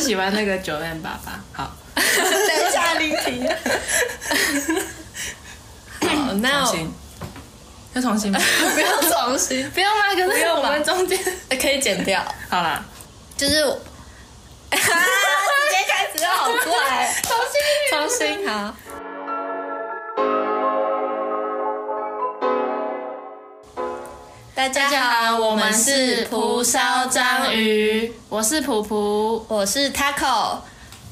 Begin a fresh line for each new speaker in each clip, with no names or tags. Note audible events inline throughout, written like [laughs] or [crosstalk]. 喜欢那个九 M 爸爸。好，
[laughs]
等一下林婷，
好，那
重新，要重新吗？
[laughs] 不要重新，
不用吗？可
不
是
用
我
吧
们中间
[laughs] 可以剪掉。
好啦，
就是我， [laughs] 直接开始就好怪，重新， [laughs] 重新好。大家好，我们是蒲烧章鱼，
鱼，我是普普。
我是 Taco。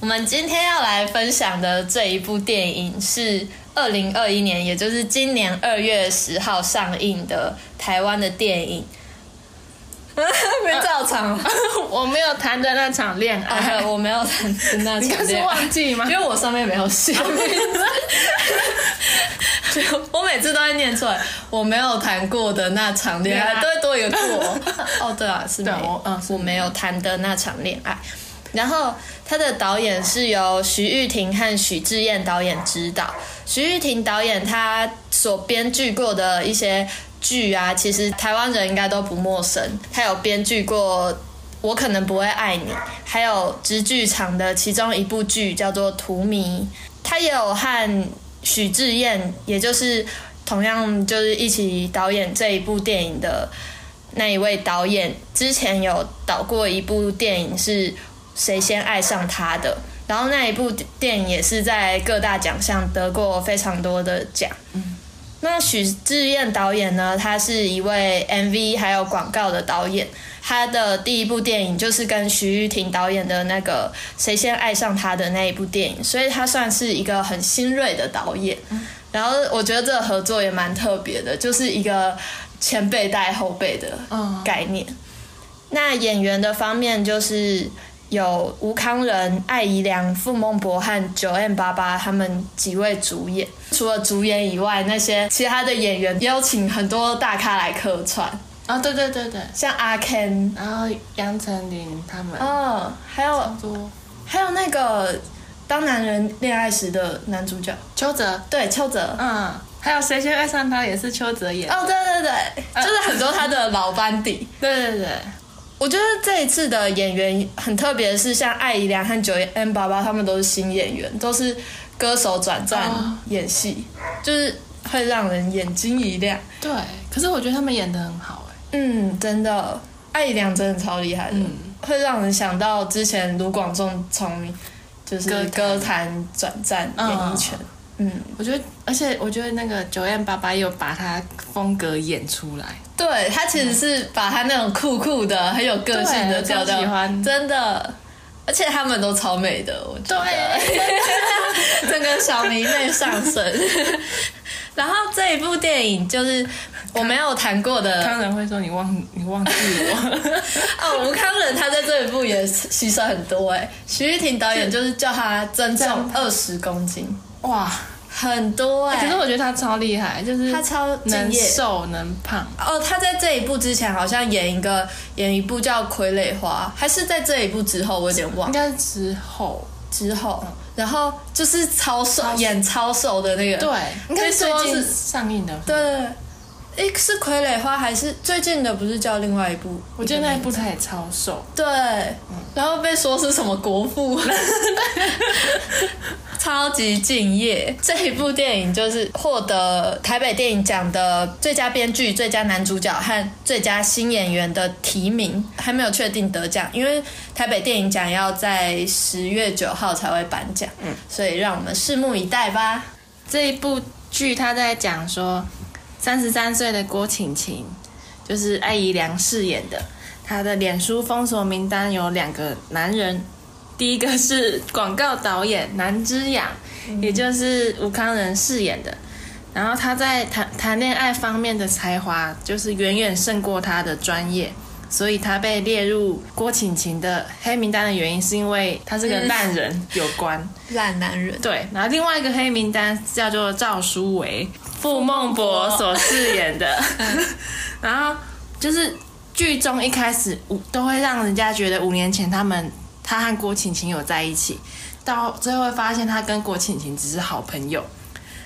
我们今天要来分享的这一部电影是二零二一年，也就是今年二月十号上映的台湾的电 [laughs] 影。没照场吗？
[laughs] 我没有谈的那场恋爱，
[laughs] 啊，我没有谈真的
你刚是忘记吗
因？为我上面没有写名字， [laughs] 就我每次都会念出来。我没有谈过的那场恋
对
爱，
啊
都会多一个过。 [laughs] 哦，对啊，是没
对我嗯是
我没有谈的那场恋爱。然后他的导演是由徐玉婷和许志燕导演指导。徐玉婷导演他所编剧过的一些剧啊，其实台湾人应该都不陌生。他有编剧过《我可能不会爱你》，还有直剧场的其中一部剧叫做《荼蘼》，他也有和许志燕，也就是同样就是一起导演这一部电影的那一位导演之前有导过一部电影是谁先爱上他的，然后那一部电影也是在各大奖项得过非常多的奖。那许志燕导演呢，他是一位 MV 还有广告的导演，他的第一部电影就是跟徐玉婷导演的那个《谁先爱上他》的那一部电影，所以他算是一个很新锐的导演。然后我觉得这个合作也蛮特别的，就是一个前辈带后辈的
嗯
概念。那演员的方面就是有吴康仁、艾怡良、傅孟博和九 M 八八他们几位主演。除了主演以外，那些其他的演员邀请很多大咖来客串，
啊，对对对对，
像阿 Ken，
然后杨丞琳他们，
哦，还有
多
还有那个《当男人恋爱时》的男主角，
邱泽，
对，邱泽。
嗯，还有谁先爱上他也是邱泽演。
哦，对对对，就是很多他的老班底。
对对对，
我觉得这一次的演员很特别，是像艾怡良和九 M 爸爸他们都是新演员，都是歌手转战
哦
演戏，就是会让人眼睛一亮。
对，可是我觉得他们演的很好哎、
嗯，真的，艾怡良真的超厉害的，
嗯
会让人想到之前卢广仲从就是
歌坛
歌坛转战演艺圈。嗯，
我觉得，而且我觉得那个九燕爸爸有把他风格演出来，
对他其实是把他那种酷酷的、很有个性的
对
调调
超喜，欢
真的。而且他们都超美的，我觉得。 [laughs] 整个小迷妹上身。 [laughs] 然后这一部电影就是我没有谈过的
康仁会说你忘你忘记
[laughs]
我，
哦，吴康仁他在这一部也牺牲很多哎，徐玉婷导演就是叫他增重
增
二十公斤，
哇！
很多哎、
啊欸可是我觉得他超厉害，就是
他超敬
能
业
瘦能胖，
哦，他在这一部之前好像演一个演一部叫《傀儡花》，还是在这一部之后，我有点忘
应该是之后
之后，然后就是超瘦演超瘦的那个，
对，
应该
最
说
近
是
上映的。
对，诶、是傀儡花还是最近的？不是叫另外一部？
我记得那一部他也超瘦，
对，然后被说是什么国父， [laughs] 超级敬业。这一部电影就是获得台北电影奖的最佳编剧、最佳男主角和最佳新演员的提名，还没有确定得奖，因为台北电影奖要在十月九号才会颁奖，嗯，所以让我们拭目以待吧。
这一部剧他在讲说，三十三岁的郭晴晴，就是艾怡良饰演的，她的脸书封锁名单有两个男人，第一个是广告导演南之养，也就是吴康仁饰演的。然后他在谈谈恋爱方面的才华，就是远远胜过他的专业，所以他被列入郭晴晴的黑名单的原因，是因为他是个
嗯
烂人有关。
烂男人，
对，然后另外一个黑名单叫做赵书维，傅孟博所饰演的。然后就是剧中一开始五都会让人家觉得五年前他们他和郭晴晴有在一起，到最后会发现他跟郭晴晴只是好朋友。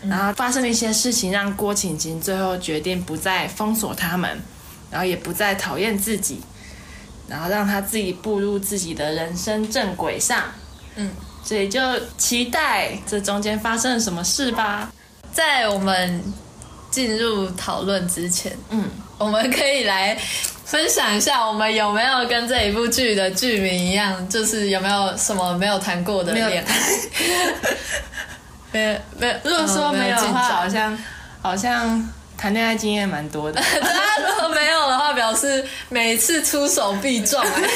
然后发生了一些事情，让郭晴晴最后决定不再封锁他们，然后也不再讨厌自己。然后让他自己步入自己的人生正轨上。
嗯，
所以就期待这中间发生了什么事吧。
在我们进入讨论之前，
嗯，
我们可以来分享一下，我们有没有跟这一部剧的剧名一样，就是有没有什么没有谈过的
没有
恋爱？没有，没有。
如果说
嗯没有
没有的话，
进展
好像好像谈恋爱经验蛮多 [laughs] 的。
大家如果没有的话，表示每次出手必中、欸，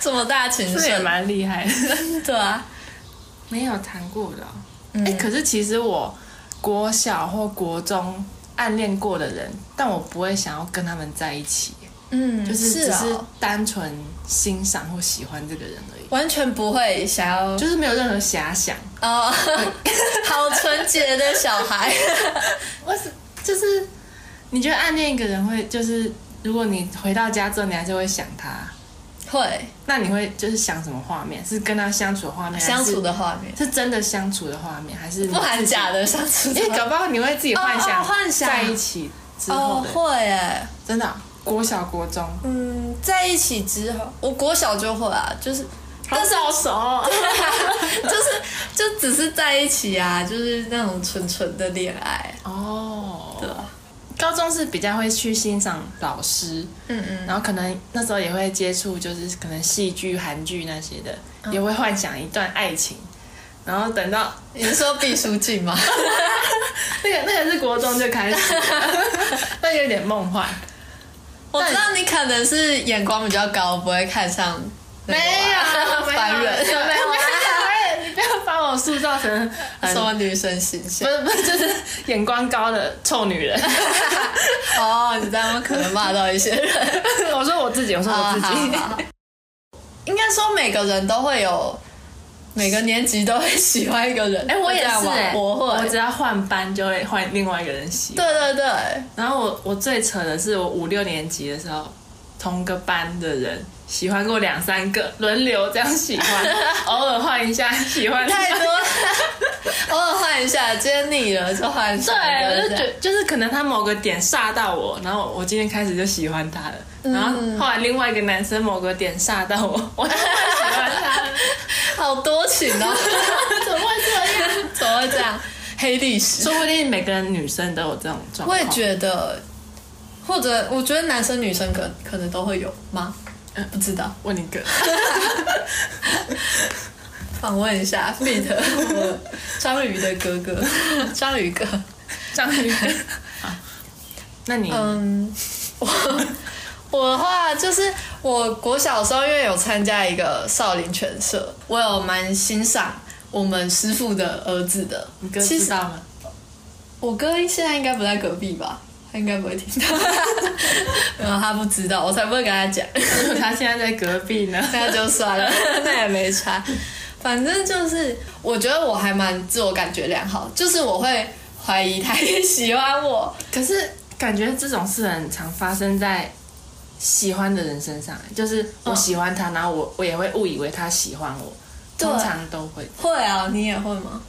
这么大情
这也
圣，
蛮厉害的，
对啊，
[laughs] 没有谈过的哦、哎、可是其实我国小或国中暗恋过的人，但我不会想要跟他们在一起，
嗯，
就是哦只
啊
是单纯欣赏或喜欢这个人而已，
完全不会想要
就是没有任何遐想。
哦，好纯洁的小孩，
我是就是，你觉得暗恋一个人会就是，如果你回到家之后，你还是会想他，
会
那你会就是想什么画面？是跟他相处的画面，还是
相处的画面，
是真的相处的画面，还是
不含假
的？
的相处的
因为
画面。
哎搞不好你会自己幻想，
哦哦幻想
在一起之后
哦
的，，
会哎，
真的、啊国小国中，
嗯，在一起之后，我国小就会啊，就是 [laughs] 但是
早熟、
就是就只是在一起啊，就是那种纯纯的恋爱，
哦。
对啊吧？
高中是比较会去欣赏老师，
嗯嗯。
然后可能那时候也会接触，就是可能戏剧、韩剧那些的，
嗯
也会幻想一段爱情。然后等到
你是说毕书
[laughs]
尽吗？
那个那个是国中就开始
[laughs]
了，那有点梦幻。
我知道你可能是眼光比较高，不会看上
啊
[laughs] 那个啊 [laughs] 凡人，
没有没有
[laughs]
啊，你不要把我塑造成很 [laughs]
什么女神形
不
象。
是不是，就是眼光高的臭女
[laughs]
人。
哦，你这样可能骂到一些人。
我说我自己，我说我自己。[laughs]
啊好好好应该说每个人都会有，每个年级都会喜欢一个人。
哎、我也
会这样
是、
吗
哎，
我
我
会。
只要换班就会换另外一个人洗。
对对对，
然后我我最扯的是，我五六年级的时候，同个班的人喜欢过两三个，轮流这样喜欢，
[laughs]
偶尔换一下喜欢。
太
[laughs]
多。偶尔换一下，今天腻了就换
对，
下一个。
我就觉
这样
得就是可能他某个点煞到我，然后我今天开始就喜欢他了。然后后来另外一个男生某个点煞到我， [laughs] 我就会喜欢他了。
好多情哦，
[laughs] 怎么会这样？
怎么会这样？黑历史。
[laughs] 说不定每个人女生都有这种状况。
我也觉得，或者我觉得男生女生可可能都会有吗？
嗯
不知道，
问你个，
访问一下
[laughs]
fit 我章鱼的哥哥，章鱼哥。
章鱼 [laughs] 哥。那你、
嗯，我 [laughs] 我的话就是，我国小的时候因为有参加一个少林拳社，我有蛮欣赏我们师傅的儿子的。
你哥
其
知
实
道吗？ [laughs]
我哥现在应该不在隔壁吧？他应该不会听
[laughs]
到，没有他不知道，我才不会跟他讲。
他现在在隔壁呢。
那就算了，那也没差。反正就是，我觉得我还蛮自我感觉良好，就是我会怀疑他也喜欢我。
可是感觉这种事很常发生在喜欢的人身上，欸就是我喜欢他，然后我我也会误以为他喜欢我，
对
通常都会。
会啊，你也会吗？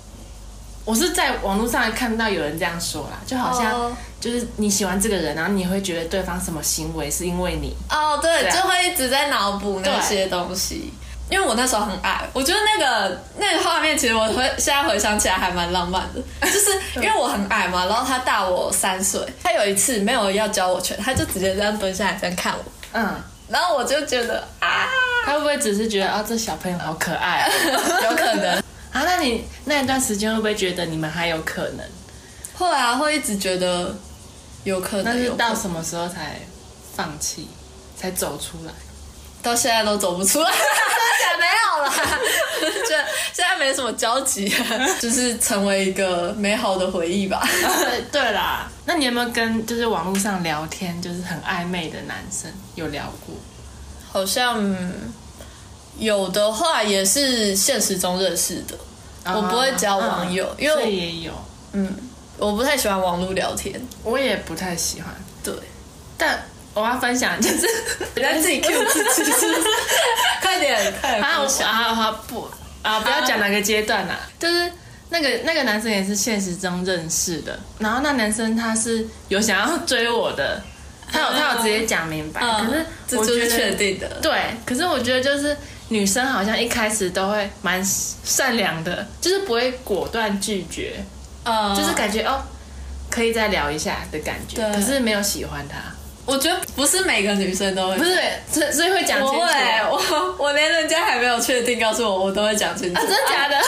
我是在网络上看到有人这样说啦，就好像
哦
就是你喜欢这个人，然后你会觉得对方什么行为是因为你，
哦，对，
对啊
就会一直在脑补那些东西。因为我那时候很爱，我觉得那个那个画面，其实我回现在回想起来还蛮浪漫
[laughs]
的，就是因为我很矮嘛，然后他大我三岁，他有一次没有要教我拳，他就直接这样蹲下来这样看我，
嗯，
然后我就觉得啊，
他会不会只是觉得啊、这小朋友好可爱、啊？
[laughs] 有可能
[laughs] 啊，那你那一段时间会不会觉得你们还有可能？
会啊，会一直觉得有可
但
能，
是
有可
到
能
什么时候才放弃，才走出来？
到现在都走
[laughs]
不出来， [laughs] 没有啦，就现在没什么交集，
[laughs]
就是成为一个美好的回忆吧。
对对啦，那你有没有跟就是网络上聊天，就是很暧昧的男生有聊过？
好像嗯有的话也是现实中认识的，我不会交网友因为我
嗯这也有，
嗯，我不太喜欢网络聊天，
我也不太喜欢。
对，
但我要分享就是
[laughs] 你在自己 Q 自己， [laughs] 是不是？快点，快
[laughs]
点
啊
分
我
享，
啊啊不啊不要讲哪个阶段啦、啊就是那个那个男生也是现实中认识的，然后那男生他是有想要追我的他有他有直接讲明白，可
啊嗯
是，
这
我
就
觉
是确
得
定的。
对，可是我觉得就是女生好像一开始都会蛮善良的，就是不会果断拒绝，
嗯，
就是感觉哦可以再聊一下的感觉，
对
可是没有喜欢他，
我觉得不是每个女生都会
不。是所以所以会讲清
我
楚
会，我我连人家还没有确定告诉我，我都会讲清楚。
啊，真的假的？啊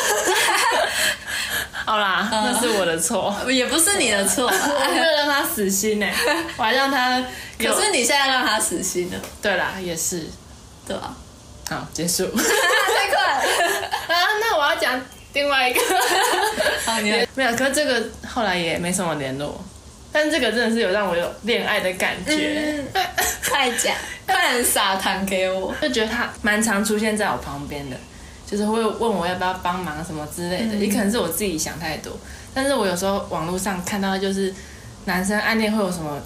[laughs] 好啦，
嗯
那是我的错。
的？也不是你的错啊，
我没有让他死心 [laughs] 呢、我还让他有。
[laughs] 可是你现在让他死心了，
对啦，也是。
对吧？
好，结 [laughs] 束。
[laughs] 太快了！
啊，那我要讲另外一个，
好，哦你来
[laughs] 没有，可是这个后来也没什么联络。但这个真的是有让我有恋爱的感觉，
快讲，快点撒糖给我。
就觉得他蛮常出现在我旁边的，就是会问我要不要帮忙什么之类的。也可能是我自己想太多，但是我有时候网络上看到就是男生暗恋会有什么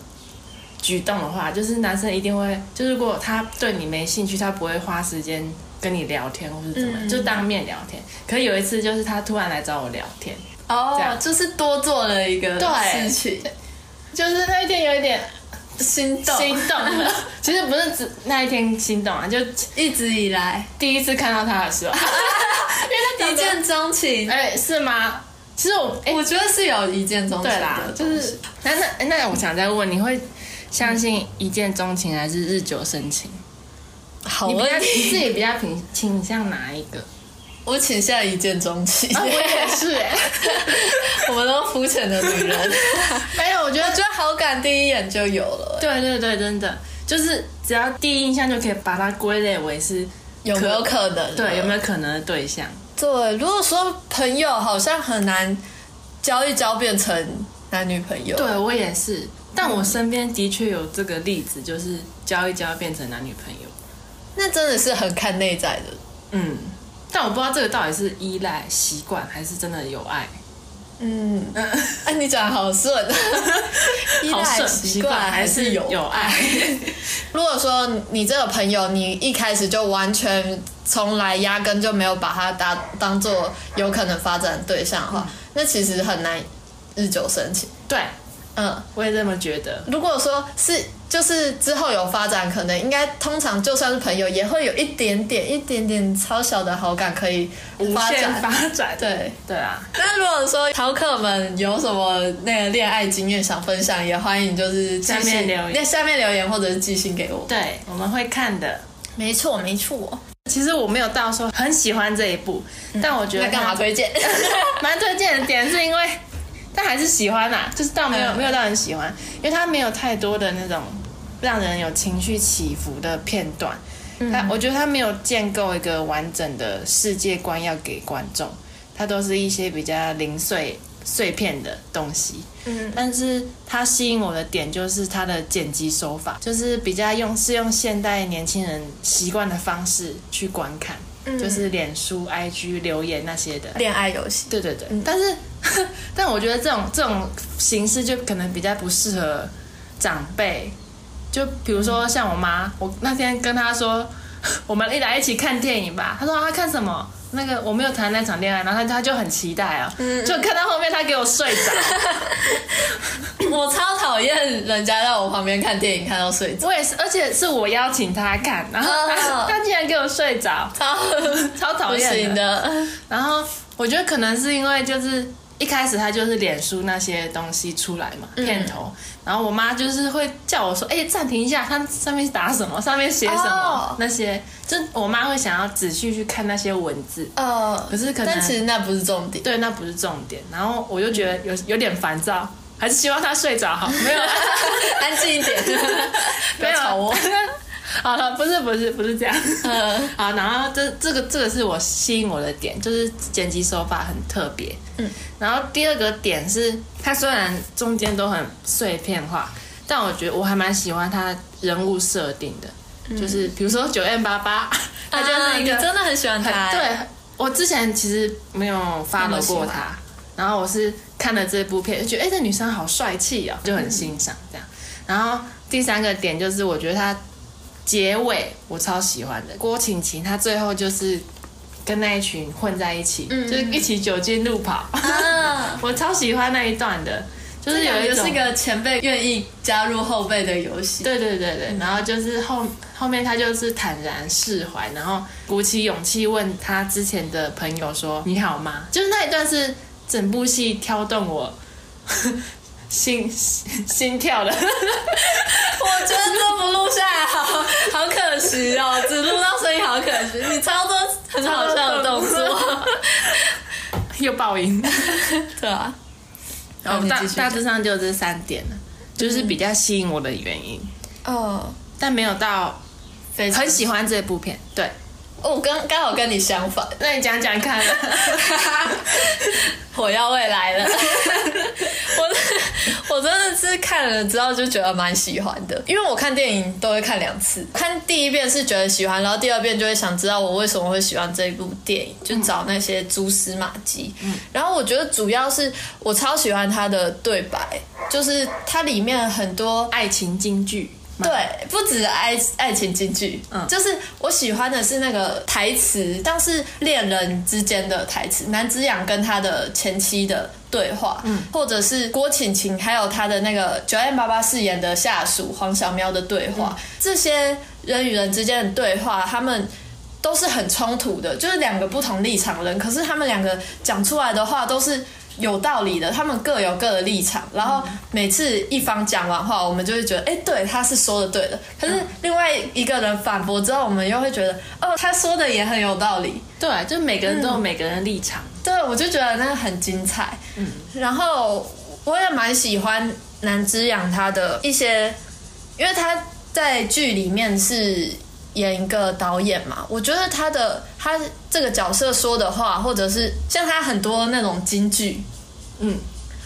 举动的话，就是男生一定会，就是如果他对你没兴趣，他不会花时间跟你聊天或是怎么样，就当面聊天。可是有一次就是他突然来找我聊天，这
哦
样，
就是多做了一个
对
事情，
就是那一天有一点
心动，
心动
[laughs]
了，其实不是只那一天心动啊，就
一直以
[laughs]
来
第一次看到他的时候，因为他长
一
得
见钟情，
哎、是吗？其实我哎、
我觉得是有一见钟情
对啦
的，
就
东西，
是那那那我想再问，你会相信一见钟情还是日久生情？
好
你比较
问
你
题。
自己比较倾倾向哪一 [laughs] 个？
[laughs]
哦
我倾向一见钟情，
是 [laughs] 哎、
[laughs] 我们都肤浅的女
[laughs]
人，
没哎有，我觉
我
得
觉得好感第一眼就有了，
对对对，真的就是只要第一印象就可以把它归类为是
有没有可能？
对有没有可能的对象。
对，如果说朋友好像很难交一交变成男女朋友，
对我也是，但我身边的确有这个例子，就是交一交变成男女朋友。
那真的是很看内在的。
嗯，但我不知道这个到底是依赖习惯还是真的有爱。
嗯，哎、你讲得好 [laughs] 顺，依
好
赖
顺
习
习
惯
惯
还是有
有
[laughs]
爱。
如果说你这个朋友，你一开始就完全从来压根就没有把他当当做有可能发展的对象的话，那其实很难日久生情。
对，
嗯，
我也这么觉得。
如果说是就是之后有发展可能，应该通常就算是朋友，也会有一点点一点点超小的好感可以发展。
发展，对
对，
对啊，
[laughs] 那如果说逃课们有什么那个恋爱经验想分享，也欢迎就是寄信
下面留言
那下面留言或者是寄信给我。
对，我们会看的。
没错，没错。
其实我没有到说很喜欢这一部，但我觉得
嗯那干嘛推荐？
[laughs] 蛮推荐的点是因为，但还是喜欢啦、啊就是到没有
嗯
没有到很喜欢，因为它没有太多的那种让人有情绪起伏的片段。它我觉得它没有建构一个完整的世界观要给观众，它都是一些比较零碎碎片的东西。嗯，但是它吸引我的点就是它的剪辑手法，就是比较用是用现代年轻人习惯的方式去观看。就是脸书、IG 留言那些的，
恋爱游
[laughs]
戏，
对对对，嗯但是但我觉得这种这种形式就可能比较不适合长辈，就比如说像我妈，我那天跟她说， [laughs] 我们一来一起看电影吧，她说啊她看什么？那个我没有谈那场恋爱，然后她她就很期待啊，就看到后面她给我睡 [laughs] 着，
我超讨厌人家在我旁边看电影看到睡着，
我也是，而且是我邀请她看，然后她
哦
她竟然给我睡着，
超
超讨
不
厌
行的。
然后我觉得可能是因为就是一开始他就是脸书那些东西出来
嗯
嘛，片头，然后我妈就是会叫我说，哎、暂停一下，它上面打什么，上面写什么、
哦
那些，就我妈会想要仔细去看那些文字，
呃，
可是可能
但其实那不是重点。
对，那不是重点。然后我就觉得有有点烦躁，还是希望他睡着好，没有啦。
[laughs] 安静一点，不
[laughs] 没
要
有
吵我。。
[laughs] 好了，不是不是不是这样。
嗯
[laughs] 好，然后这这个这个是我吸引我的点，就是剪辑手法很特别。嗯，然后第二个点是，它虽然中间都很碎片化，但我觉得我还蛮喜欢它人物设定的，就是比如说九 M 八八，它就是一个
嗯啊啊你真的很喜欢他，
对，我之前其实没有
那么
follow
喜
过
欢
她，然后我是看了这部片，就觉得哎、这女生好帅气哦，就
嗯
很欣赏这样。然后第三个点就是，我觉得她结尾我超喜欢的，郭晴晴她最后就是跟那一群 [laughs] 混在一起，就是一起酒精路跑，
嗯啊，
我超喜欢那一段的。就是有一
这感觉
种
是个前辈愿意加入后辈的游戏。
对对对
嗯
对，然后就是后后面他就是坦然释怀，然后鼓起勇气问他之前的朋友说：“你好吗？”就是那一段是整部戏挑动我 [laughs] 心心跳
[laughs]
的，
我觉得这不录下来好好可惜哦，只录到声音好可惜。你超多很好笑的动作，
[laughs] 又爆音。
[laughs] 对啊。然
然
后
后
你
大
继续
大致上就这三点了，就是比较吸引我的原因，
哦，
但没有到
非常
很喜欢这部片。对，
哦我跟刚好跟你相反，
那你讲讲
[laughs]
看，
火药味来了。 [laughs] 我我真的是看了之后就觉得蛮喜欢的，因为我看电影都会看两次，看第一遍是觉得喜欢，然后第二遍就会想知道我为什么会喜欢这一部电影，就找那些蛛丝马迹。然后我觉得主要是我超喜欢它的对白，就是它里面很多
爱情京剧吗，
对，不止爱爱情金句，
嗯
就是我喜欢的是那个台词，但是恋人之间的台词，南之养跟他的前妻的对话，
嗯
或者是郭晴晴还有他的那个九 M 八八饰演的下属黄小喵的对话，
嗯
这些人与人之间的对话，他们。都是很冲突的，就是两个不同立场的人，可是他们两个讲出来的话都是有道理的，他们各有各的立场。然后每次一方讲完话，我们就会觉得，哎、对，他是说的对的。可是另外一个人反驳之后，我们又会觉得，哦，他说的也很有道理。
对，就每个人都有每个人的立场。
对，我就觉得那个很精彩。嗯，然后我也蛮喜欢南之养他的一些，因为他在剧里面是演一个导演嘛，我觉得他的他这个角色说的话，或者是像他很多那种金句，
嗯，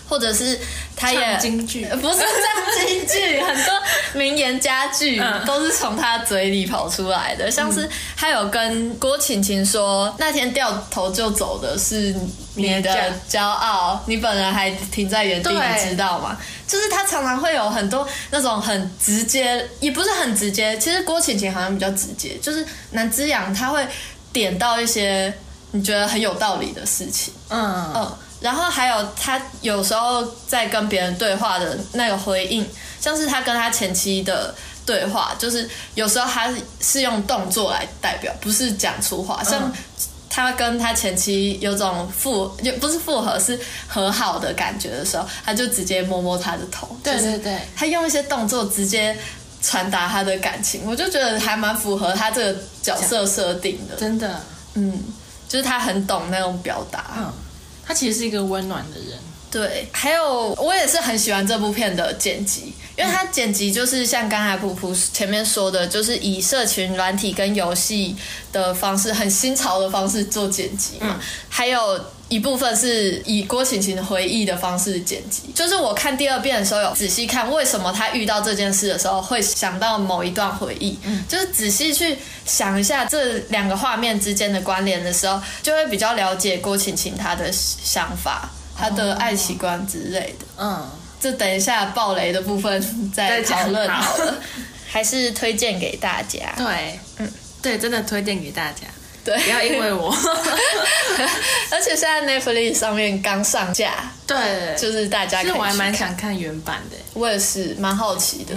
或者是他也
唱京剧
呃，不是唱京剧，很多名言佳句
嗯
都是从他嘴里跑出来的。像是他有跟郭晴晴说，那天掉头就走的是你
你的
的骄傲，你本人还停在原地，
对
你知道吗？就是他常常会有很多那种很直接，也不是很直接。其实郭晴晴好像比较直接，就是南之阳他会点到一些你觉得很有道理的事情。
嗯，
嗯，然后还有他有时候在跟别人对话的那个回应，像是他跟他前妻的对话，就是有时候他是用动作来代表，不是讲出
嗯
话，像。他跟他前妻有种复，就不是复合，是和好的感觉的时候，他就直接摸摸他的头，
对
就是
对对。
他用一些动作直接传达他的感情，我就觉得还蛮符合他这个角色设定的，
真的，
嗯，就是他很懂那种表达，
嗯，他其实是一个温暖的人，
对，还有我也是很喜欢这部片的剪辑，因为它剪辑就是像刚才普普前面说的，就是以社群软体跟游戏的方式，很新潮的方式做剪辑嘛。还有一部分是以郭晴晴回忆的方式剪辑，就是我看第二遍的时候有仔细看，为什么他遇到这件事的时候会想到某一段回忆，就是仔细去想一下这两个画面之间的关联的时候，就会比较了解郭晴晴她的想法。他的爱奇观之类的。
嗯，
这等一下暴雷的部分 [laughs] 再
再讲
讨论好
好
了，还是推荐给大家。
对，嗯，对，真的推荐给大家，
对，
不要因为我，
[laughs] 而且现在 Netflix 上面刚上架，
对，就
就是大家可以
是
去
我还蛮嗯
看
想看原版的，
我也是蛮好奇的。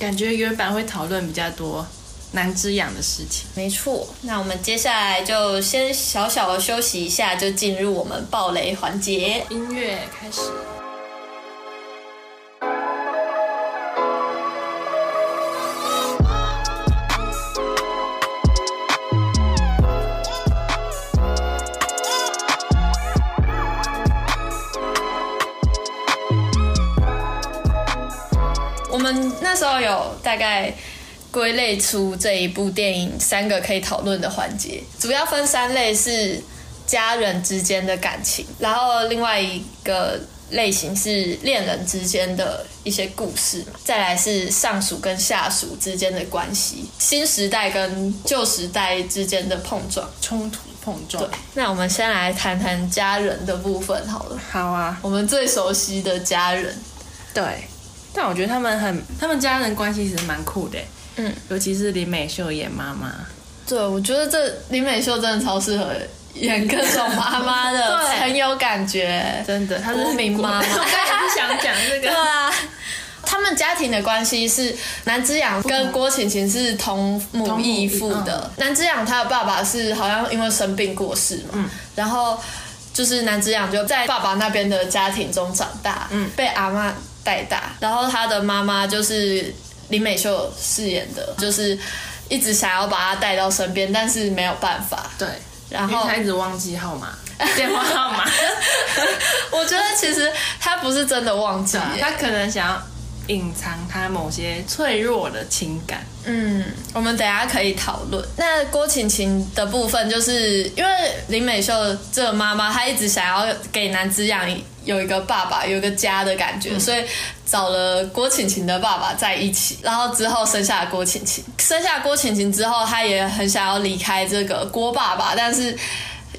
感觉原版会讨论比较多难滋养的事情。
没错，那我们接下来就先小小的休息一下，就进入我们暴雷环节。
音乐开始，
我们那时候有大概归类出这一部电影三个可以讨论的环节，主要分三类是家人之间的感情，然后另外一个类型是恋人之间的一些故事嘛，再来是上属跟下属之间的关系，新时代跟旧时代之间的碰撞。
冲突碰撞
对，，那我们先来谈谈家人的部分好了，
好啊，
我们最熟悉的家人，
对，但我觉得他们很，他们家人关系其实蛮酷的，
嗯，
尤其是林美秀演妈妈，
对，我觉得这林美秀真的超适合演各种妈妈的，
[laughs] 对
很有感觉。
真的，她是
国民妈妈
[laughs] 我刚才也是想讲这
对
个，
啊，他们家庭的关系是南之养跟郭晴晴是同母异父
嗯
的。南之养他的爸爸是好像因为生病过世嘛，
嗯
然后就是南之养就在爸爸那边的家庭中长大，嗯，被阿嬷带大，然后他的妈妈就是林美秀饰演的，就是一直想要把他带到身边，但是没有办法。
[laughs] 对，
然
因为
后
她一直忘记号 [laughs] 码，电话号码，
[laughs] 我觉得其实他不是真的忘记耶，
[laughs] 她可能想要隐藏她某些脆弱的情感，
嗯，我们等一下可以讨论。那郭晴晴的部分，就是因为林美秀这个妈妈，她一直想要给南子养有一个爸爸，有一个家的感
嗯
觉，所以找了郭晴晴的爸爸在一起，然后之后生下了郭晴晴。生下郭晴晴之后，她也很想要离开这个郭爸爸，但是。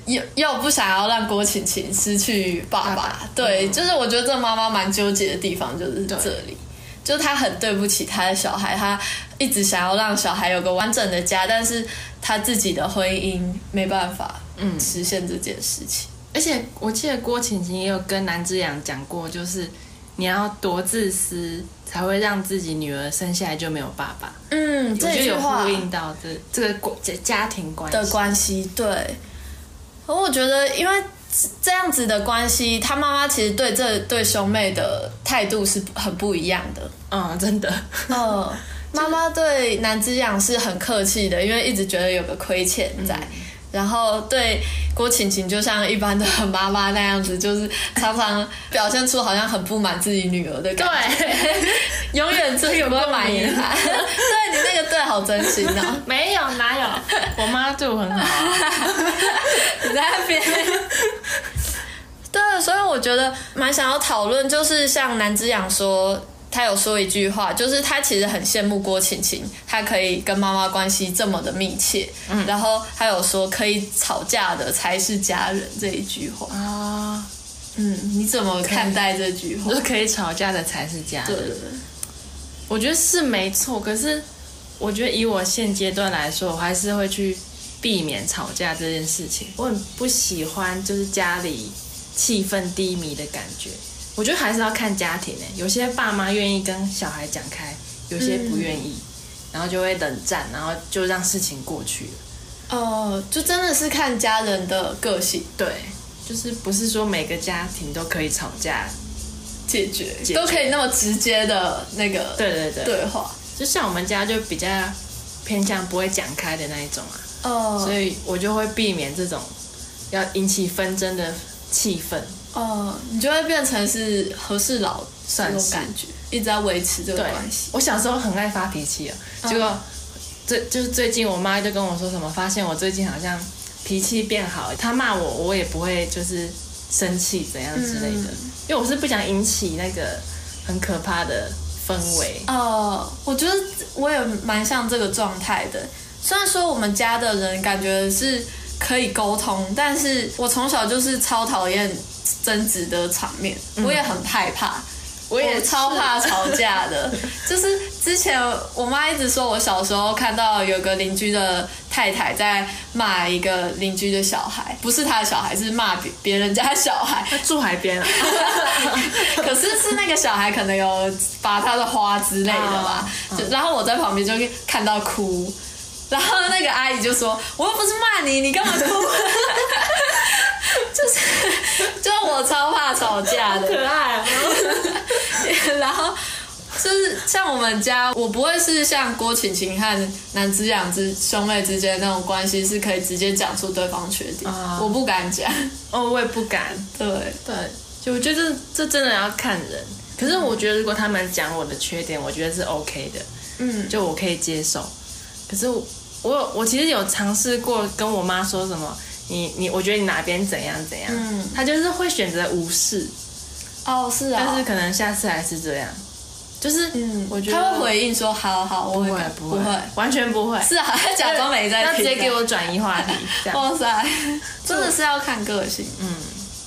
又又不想要让郭晴晴失去爸爸，
爸爸嗯
对，就是我觉得这妈妈蛮纠结的地方就是这
对
里。就他很对不起他的小孩，他一直想要让小孩有个完整的家，但是他自己的婚姻没办法
嗯
实现这件事情。
而且我记得郭晴晴也有跟南之阳讲过，就是你要多自私，才会让自己女儿生下来就没有爸爸。
嗯，
我觉得有呼应到这这个关家家庭关
的
系。
关系，对。然后我觉得，因为这这样子的关系，他妈妈其实对这对兄妹的态度是很不一样的。
嗯，真的，
[laughs] 嗯，妈妈对南之养是很客气的，因为一直觉得有个亏欠在。然后对郭晴晴就像一般的妈妈那样子，就是常常表现出好像很不满自己女儿的感觉，对， [laughs] 永远自己不会满意她。 [laughs] 对你那个对好真心哦，
没有哪有， [laughs] 我妈对我很好啊、 [laughs]
你在那边。 [laughs] 对，所以我觉得蛮想要讨论，就是像南之养说，他有说一句话，就是他其实很羡慕郭晴晴，她可以跟妈妈关系这么的密切。嗯，然后他有说，可以吵架的才是家人这一句话。
啊，
嗯，你怎么看待这句话
就？可以吵架的才是家
对
人。我觉得是没错，可是我觉得以我现阶段来说，我还是会去避免吵架这件事情。我很不喜欢就是家里气氛低迷的感觉。我觉得还是要看家庭诶、欸有些爸妈愿意跟小孩讲开，有些不愿意，然后就会冷战，然后就让事情过去了。
[laughs] 哦，就真的是看家人的个性
对，就是不是说每个家庭都可以吵架。
解决，
解决
都可以那么直接的那个
对对对，
对话。
就像我们家就比较偏向不会讲开的那一种啊。
哦
所以我就会避免这种要引起纷争的气氛。
哦，你就会变成是和事佬这
算
种
是
感觉，一直在维持这个
对
关系。，嗯
我小时候很爱发脾气啊，结果最就是最近我妈就跟我说什么，发现我最近好像脾气变好，她骂我我也不会就是生气怎样之类的，
嗯
因为我是不想引起那个很可怕的氛围。
哦，我觉得我也蛮像这个状态的。虽然说我们家的人感觉是可以沟通，但是我从小就是超讨厌争执的场面，我也很害怕。
我
我超怕
吵。
吵架的， [laughs] 就是之前我妈一直说，我小时候看到有个邻居的太太在骂一个邻居的小孩，不是她的小孩，是骂别别人家的小孩，
住海边啊，
[laughs] 可是是那个小孩可能有拔他的花之类的吧，
啊
就然后我在旁边就看到哭，然后那个阿姨就说：“我又不是骂你，你干嘛哭？” [laughs] 就是就是我超怕吵架
[laughs]
的，
可爱、啊。
[laughs] 然后就是像我们家，我不会是像郭晴晴和南之养之兄妹之间那种关系，是可以直接讲出对方缺点，
啊
我不敢讲。
哦，我也不敢。
对，
对，就我觉得这这真的要看人。可是我觉得如果他们讲我的缺点，我觉得是 OK 的，
嗯，
就我可以接受。可是我我有我其实有尝试过跟我妈说什么，你你我觉得你哪边怎样怎样，
嗯
她就是会选择无视，
哦，是啊，
但是可能下次还是这样，就是
嗯，
我觉得
他会回应说好好，我
不
会
会
改
不
不
会
会，
完全不会，
是啊，
[laughs]
他假装没在
要直
听。啊
接给，我转移
[laughs]
话题，这样
哇
[laughs]
塞，真的是要看个性。嗯，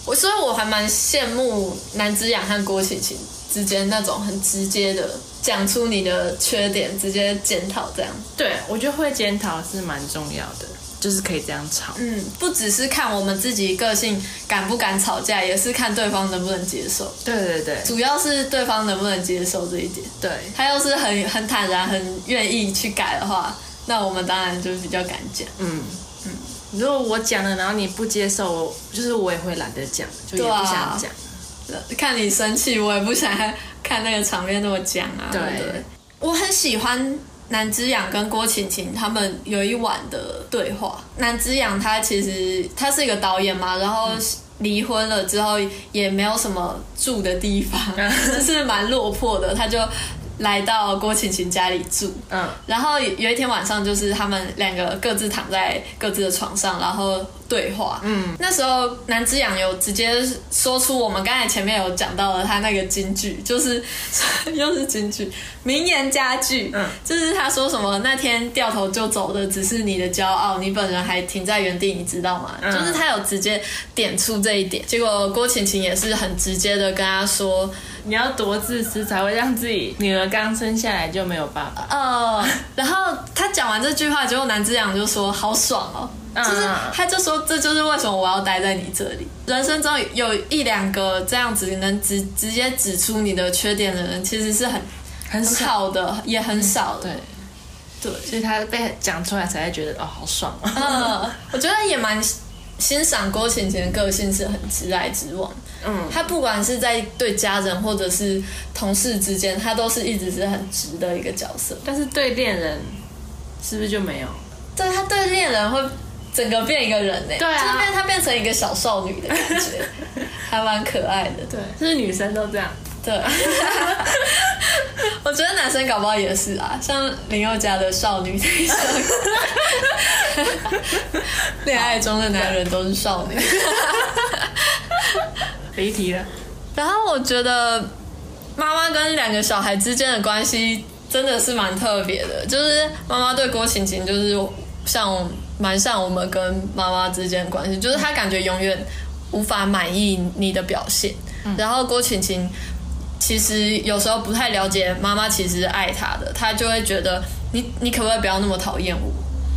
我所以我还蛮羡慕南之养和郭晴晴之间那种很直接的讲出你的缺点，直接检讨这样。
对，我觉得会检讨是蛮重要的，就是可以这样吵。
嗯，不只是看我们自己个性敢不敢吵架，也是看对方能不能接受，
对对对
主要是对方能不能接受这一点。
对，
他要是很很坦然、很愿意去改的话，那我们当然就比较敢讲。
嗯嗯。如果我讲了，然后你不接受，我就是我也会懒得讲，就也
对啊
不想讲。
看你生气，我也不想看那个场面那么僵啊。
对
不对，我很喜欢南之养跟郭晴晴他们有一晚的对话。南之养他其实他是一个导演嘛，然后离婚了之后也没有什么住的地方，就是蛮落魄的，他就来到郭晴晴家里住。
嗯，
然后有一天晚上，就是他们两个各自躺在各自的床上，然后对话。嗯，那时候南之养有直接说出我们刚才前面有讲到的他那个金句，就是 [laughs] 又是金句，名言佳句。
嗯，
就是他说什么那天掉头就走的只是你的骄傲，你本人还停在原地，你知道吗？
嗯
就是他有直接点出这一点。结果郭晴晴也是很直接的跟他说，
嗯你要多自私才会让自己女儿刚生下来就没有爸爸。
呃，然后他讲完这句话之后，男之养就说好爽哦，
嗯
就是他就说这就是为什么我要待在你这里。人生中有一两个这样子能直直接指出你的缺点的人，其实是很
很
很
少，
好的，也很少的。
对，
对
所以他被讲出来才会觉得哦，好爽啊。
嗯，我觉得也蛮欣赏郭晴晴的个性是很直来直往。
嗯，
她不管是在对家人或者是同事之间，她都是一直是很直的一个角色。
但是对恋人是不是就没有？
对他对恋人会整个变一个人呢、
对啊
就是变他变成一个小少女的感
[laughs]
觉，还蛮可爱的。
对，是不是女生都这样？ [laughs]
对，我觉得男生搞不好也是啊，像林宥嘉的少女那一
[laughs]
首歌，恋爱中的男人都是少女。
离题了。
然后我觉得妈妈跟两个小孩之间的关系真的是蛮特别的，就是妈妈对郭晴晴就是像蛮像我们跟妈妈之间的关系，就是她感觉永远无法满意你的表现，然后郭晴晴。其实有时候不太了解妈妈其实是爱她的，她就会觉得你你可不可以不要那么讨厌我？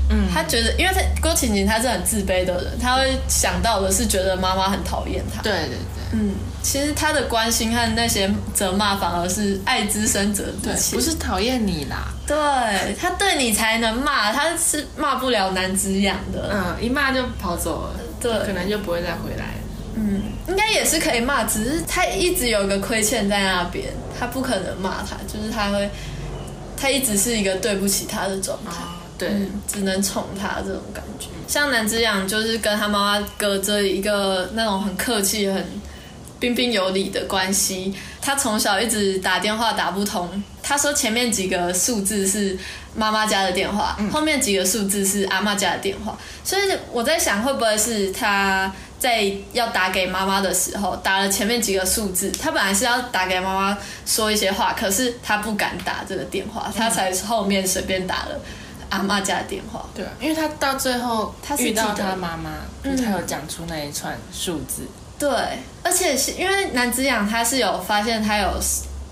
嗯，她觉得，因为她郭晴晴她是很自卑的人，她会想到的是觉得妈妈很讨厌她。
对对对，
嗯，其实他的关心和那些责骂，反而是爱之深责之切。
不是讨厌你啦，
对他对你才能骂，他是骂不了男子养的。
嗯，一骂就跑走了，可
对，
能就不会再回来了。
嗯，应该也是可以骂，只是他一直有一个亏欠在那边，他不可能骂他，就是他会，他一直是一个对不起他的状态。
啊，对，
嗯，只能宠他这种感觉。像南之养就是跟他妈妈隔着一个那种很客气、很彬彬有礼的关系。他从小一直打电话打不通，他说前面几个数字是妈妈家的电话，后面几个数字是阿妈家的电话。所以我在想，会不会是他在要打给妈妈的时候，打了前面几个数字，他本来是要打给妈妈说一些话，可是他不敢打这个电话，他才后面随便打了阿妈家的电话。
对啊，因为他到最后
他是
遇到
记得
他妈妈，
嗯
他有讲出那一串数字，
对，而且是因为男子养他是有发现他有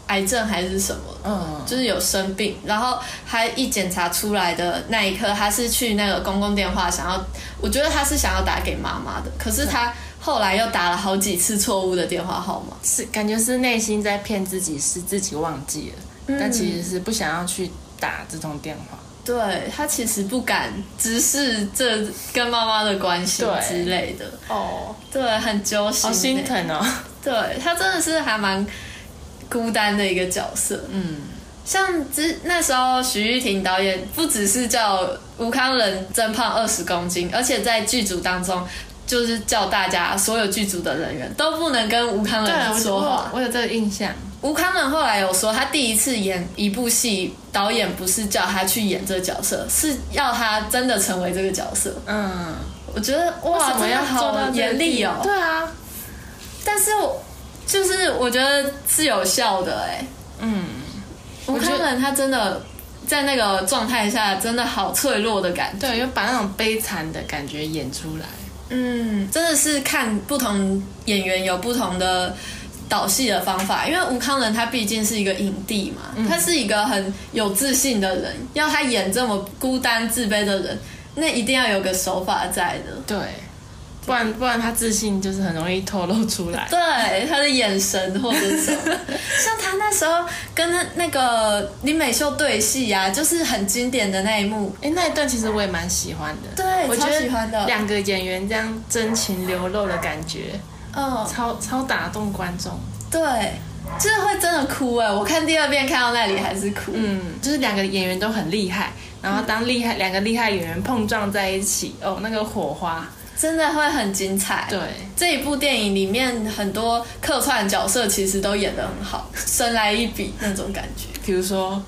癌症还是什么，
嗯，
就是有生病，然后他一检查出来的那一刻，他是去那个公共电话想要，我觉得他是想要打给妈妈的，可是他后来又打了好几次错误的电话号码。
是感觉是内心在骗自己，是自己忘记了，但其实是不想要去打这通电话。
对他其实不敢直视这跟妈妈的关系
对
之类的，
哦，
对，很揪心、欸
好心。疼哦。
对他真的是还蛮孤单的一个角色。
嗯，
像之那时候，徐玉婷导演不只是叫吴康仁增胖二十公斤，而且在剧组当中，就是叫大家所有剧组的人员都不能跟吴康
对，
仁
我
说话。
我有这个印象。
吴康仁后来有说，他第一次演一部戏，导演不是叫他去演这个角色，是要他真的成为这个角色。
嗯，
我觉得哇，
为什么要
真的
做到
好
这个
严厉哦
地步？对啊，
但是我就是我觉得是有效的哎、
嗯，
吴
觉
康
得
仁他真的在那个状态下，真的好脆弱的感觉。
对，又把那种悲惨的感觉演出来。
嗯，真的是看不同演员有不同的导戏的方法，因为吴康仁他毕竟是一个影帝嘛，
嗯
他是一个很有自信的人，要他演这么孤单自卑的人，那一定要有个手法在的。
对，不然不然他自信就是很容易透露出来。
对他的眼神或者什 [laughs] 么，像他那时候跟那那个林美秀对戏呀、啊，就是很经典的那一幕。
哎，那一段其实我也蛮喜欢的。
对，
我觉
超
得
喜欢的。
两个演员这样真情流露的感觉，
嗯，
超超打动观众。
对，就是会真的哭哎、我看第二遍看到那里还是哭。
嗯，就是两个演员都很厉害，然后当厉害两个厉害演员碰撞在一起，哦，那个火花。
真的会很精彩。
对，
这一部电影里面很多客串角色其实都演得很好，神来一笔那种感觉。
比如说，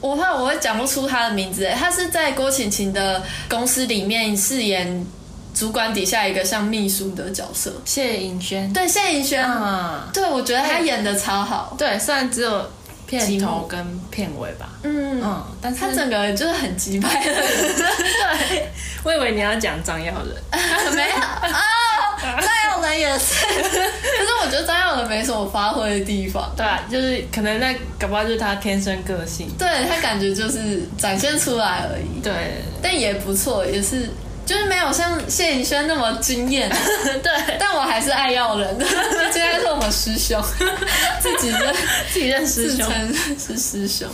我怕我会讲不出他的名字，欸他是在郭晴晴的公司里面饰演主管底下一个像秘书的角色。
谢颖轩，
对，谢颖轩，
啊，
嗯对我觉得他演的超好，
对，虽然只有片
几
头
幕
跟片尾吧，
嗯，
嗯，但是
他整个人就是很急掰的人，
对， [laughs] 我以为你要讲张耀仁，
[laughs] 哎没 [laughs] 有啊，张耀仁也 [laughs] 是，可是我觉得张耀仁没什么发挥的地方，
对啊，就是可能那搞不好就是他天生个性，
对他感觉就是展现出来而已，
对，
但也不错，也是就是没有像谢颖轩那么惊艳，
[laughs]
[laughs]
对，
但我还是爱耀人的， [laughs] 今天是我们师兄， [laughs] 自己的
自己认识
自
兄，
称是师兄。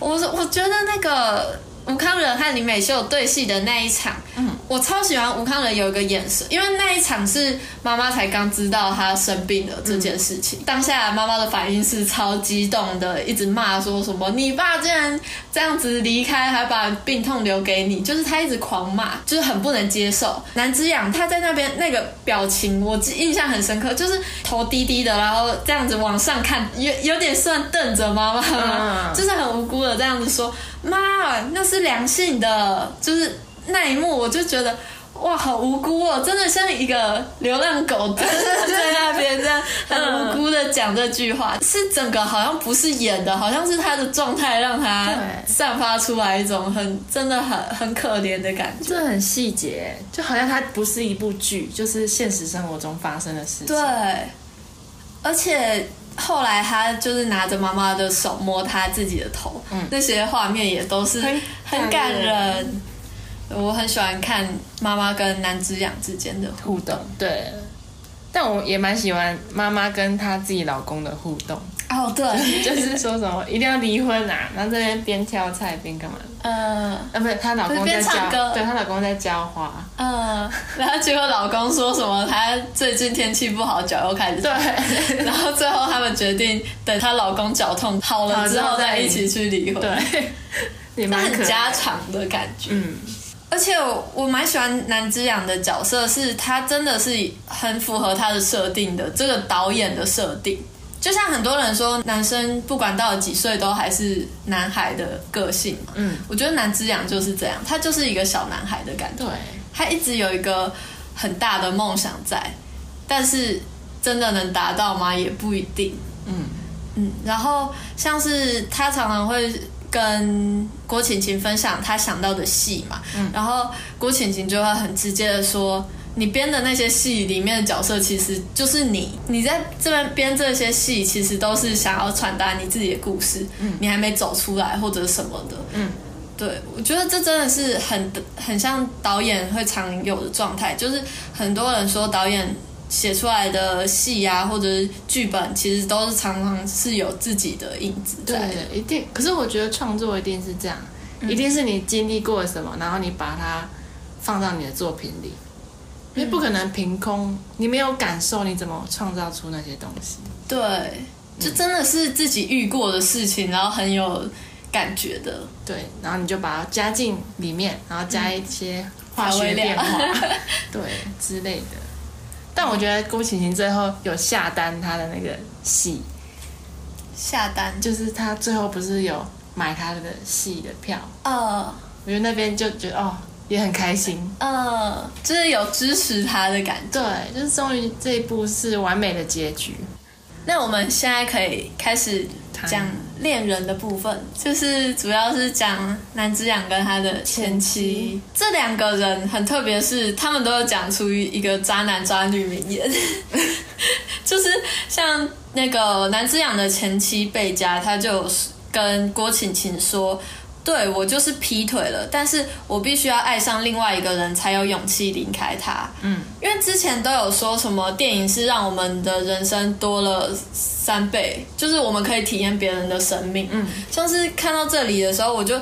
我说我觉得那个吴康仁和林美秀对戏的那一场，嗯，我超喜欢吴康仁有一个眼神，因为那一场是妈妈才刚知道她生病了这件事情，当下妈妈的反应是超激动的，一直骂说什么你爸竟然这样子离开，还把病痛留给你，就是她一直狂骂，就是很不能接受。南之养他在那边那个表情，我记印象很深刻，就是头低低的，然后这样子往上看，有有点算瞪着妈妈嘛，
嗯
就是很无辜的这样子说：“妈，那是良性的。”就是那一幕，我就觉得。哇，好无辜哦！真的像一个流浪狗在 [laughs] 在那边这样很无辜的讲这句话，是整个好像不是演的，好像是他的状态让他
对
散发出来一种很真的很很可怜的感觉。
这很细节，就好像它不是一部剧，就是现实生活中发生的事情。
对，而且后来他就是拿着妈妈的手摸他自己的头，那些画面也都是
很
嗯很
感
感
人
人。我很喜欢看妈妈跟男之养之间的互
互动，对。但我也蛮喜欢妈妈跟她自己老公的互动， [laughs]
哦， [laughs] 对，
就是说什么一定要离婚啊，然后这边边挑菜边干嘛？
嗯
啊，不是，她老公在
边
浇，
唱歌
对她老公在浇花，
嗯，然后结果老公说什么？他最近天气不好，脚又开始
对
痛。然后最后他们决定等她老公脚痛好
好
了
之
之
后
后
再
再一起去离婚，
对， [laughs] 也
这
蛮
很
可爱
家
的。
常的感觉。
嗯，
而且我我蛮喜欢南之养的角色，是他真的是很符合他的设定的，这个导演的设定。就像很多人说，男生不管到了几岁都还是男孩的个性嘛。
嗯，
我觉得南之养就是这样，他就是一个小男孩的感觉
对，，
他一直有一个很大的梦想在，但是真的能达到吗？也不一定。
嗯，
嗯，然后像是他常常会跟郭晴晴分享他想到的戏嘛，
嗯
然后郭晴晴就会很直接的说。你编的那些戏里面的角色，其实就是你。你在这边编这些戏，其实都是想要传达你自己的故事，你还没走出来或者什么的。
嗯，
对，我觉得这真的是很很像导演会常有的状态，就是很多人说导演写出来的戏啊，或者是剧本，其实都是常常是有自己的影子在的。
对，一定。可是我觉得创作一定是这样，一定是你经历过什么，然后你把它放到你的作品里，因为不可能凭空，你没有感受，你怎么创造出那些东西？
对，就真的是自己遇过的事情，然后很有感觉的。
对，然后你就把它加进里面，然后加一些化
调
学
味料
变 [laughs] 化，对之类的。但我觉得郭晴晴最后有下单她的那个戏，
下单，
就是她最后不是有买她的戏的票，
呃
我觉得那边就觉得哦也很开心。
呃，就是有支持他的感觉。
对，就是终于这一部是完美的结局。
那我们现在可以开始讲恋人的部分，就是主要是讲南之养跟他的前妻。这两个人很特别，是他 [laughs] 们都有讲出一个渣男渣女名言，就是像。那个南之养的前妻贝佳，她就跟郭晴晴说：“对我就是劈腿了，但是我必须要爱上另外一个人，才有勇气离开他。”嗯，因为之前都有说什么电影是让我们的人生多了三倍，就是我们可以体验别人的生命。嗯，像是看到这里的时候，我就。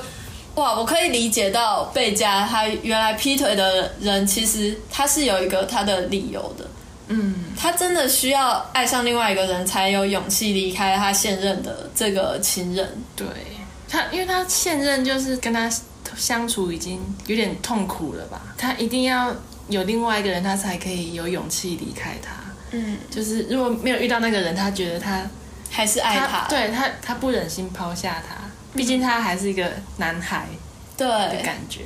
哇，我可以理解到贝佳他原来劈腿的人，其实他是有一个他的理由的。嗯，他真的需要爱上另外一个人，才有勇气离开他现任的这个情人。
对他，因为他现任就是跟他相处已经有点痛苦了吧，他一定要有另外一个人，他才可以有勇气离开他。
嗯，
就是如果没有遇到那个人，他觉得他
还是爱他。
对他，他不忍心抛下他，
嗯
毕竟他还是一个男孩的
对，
感觉。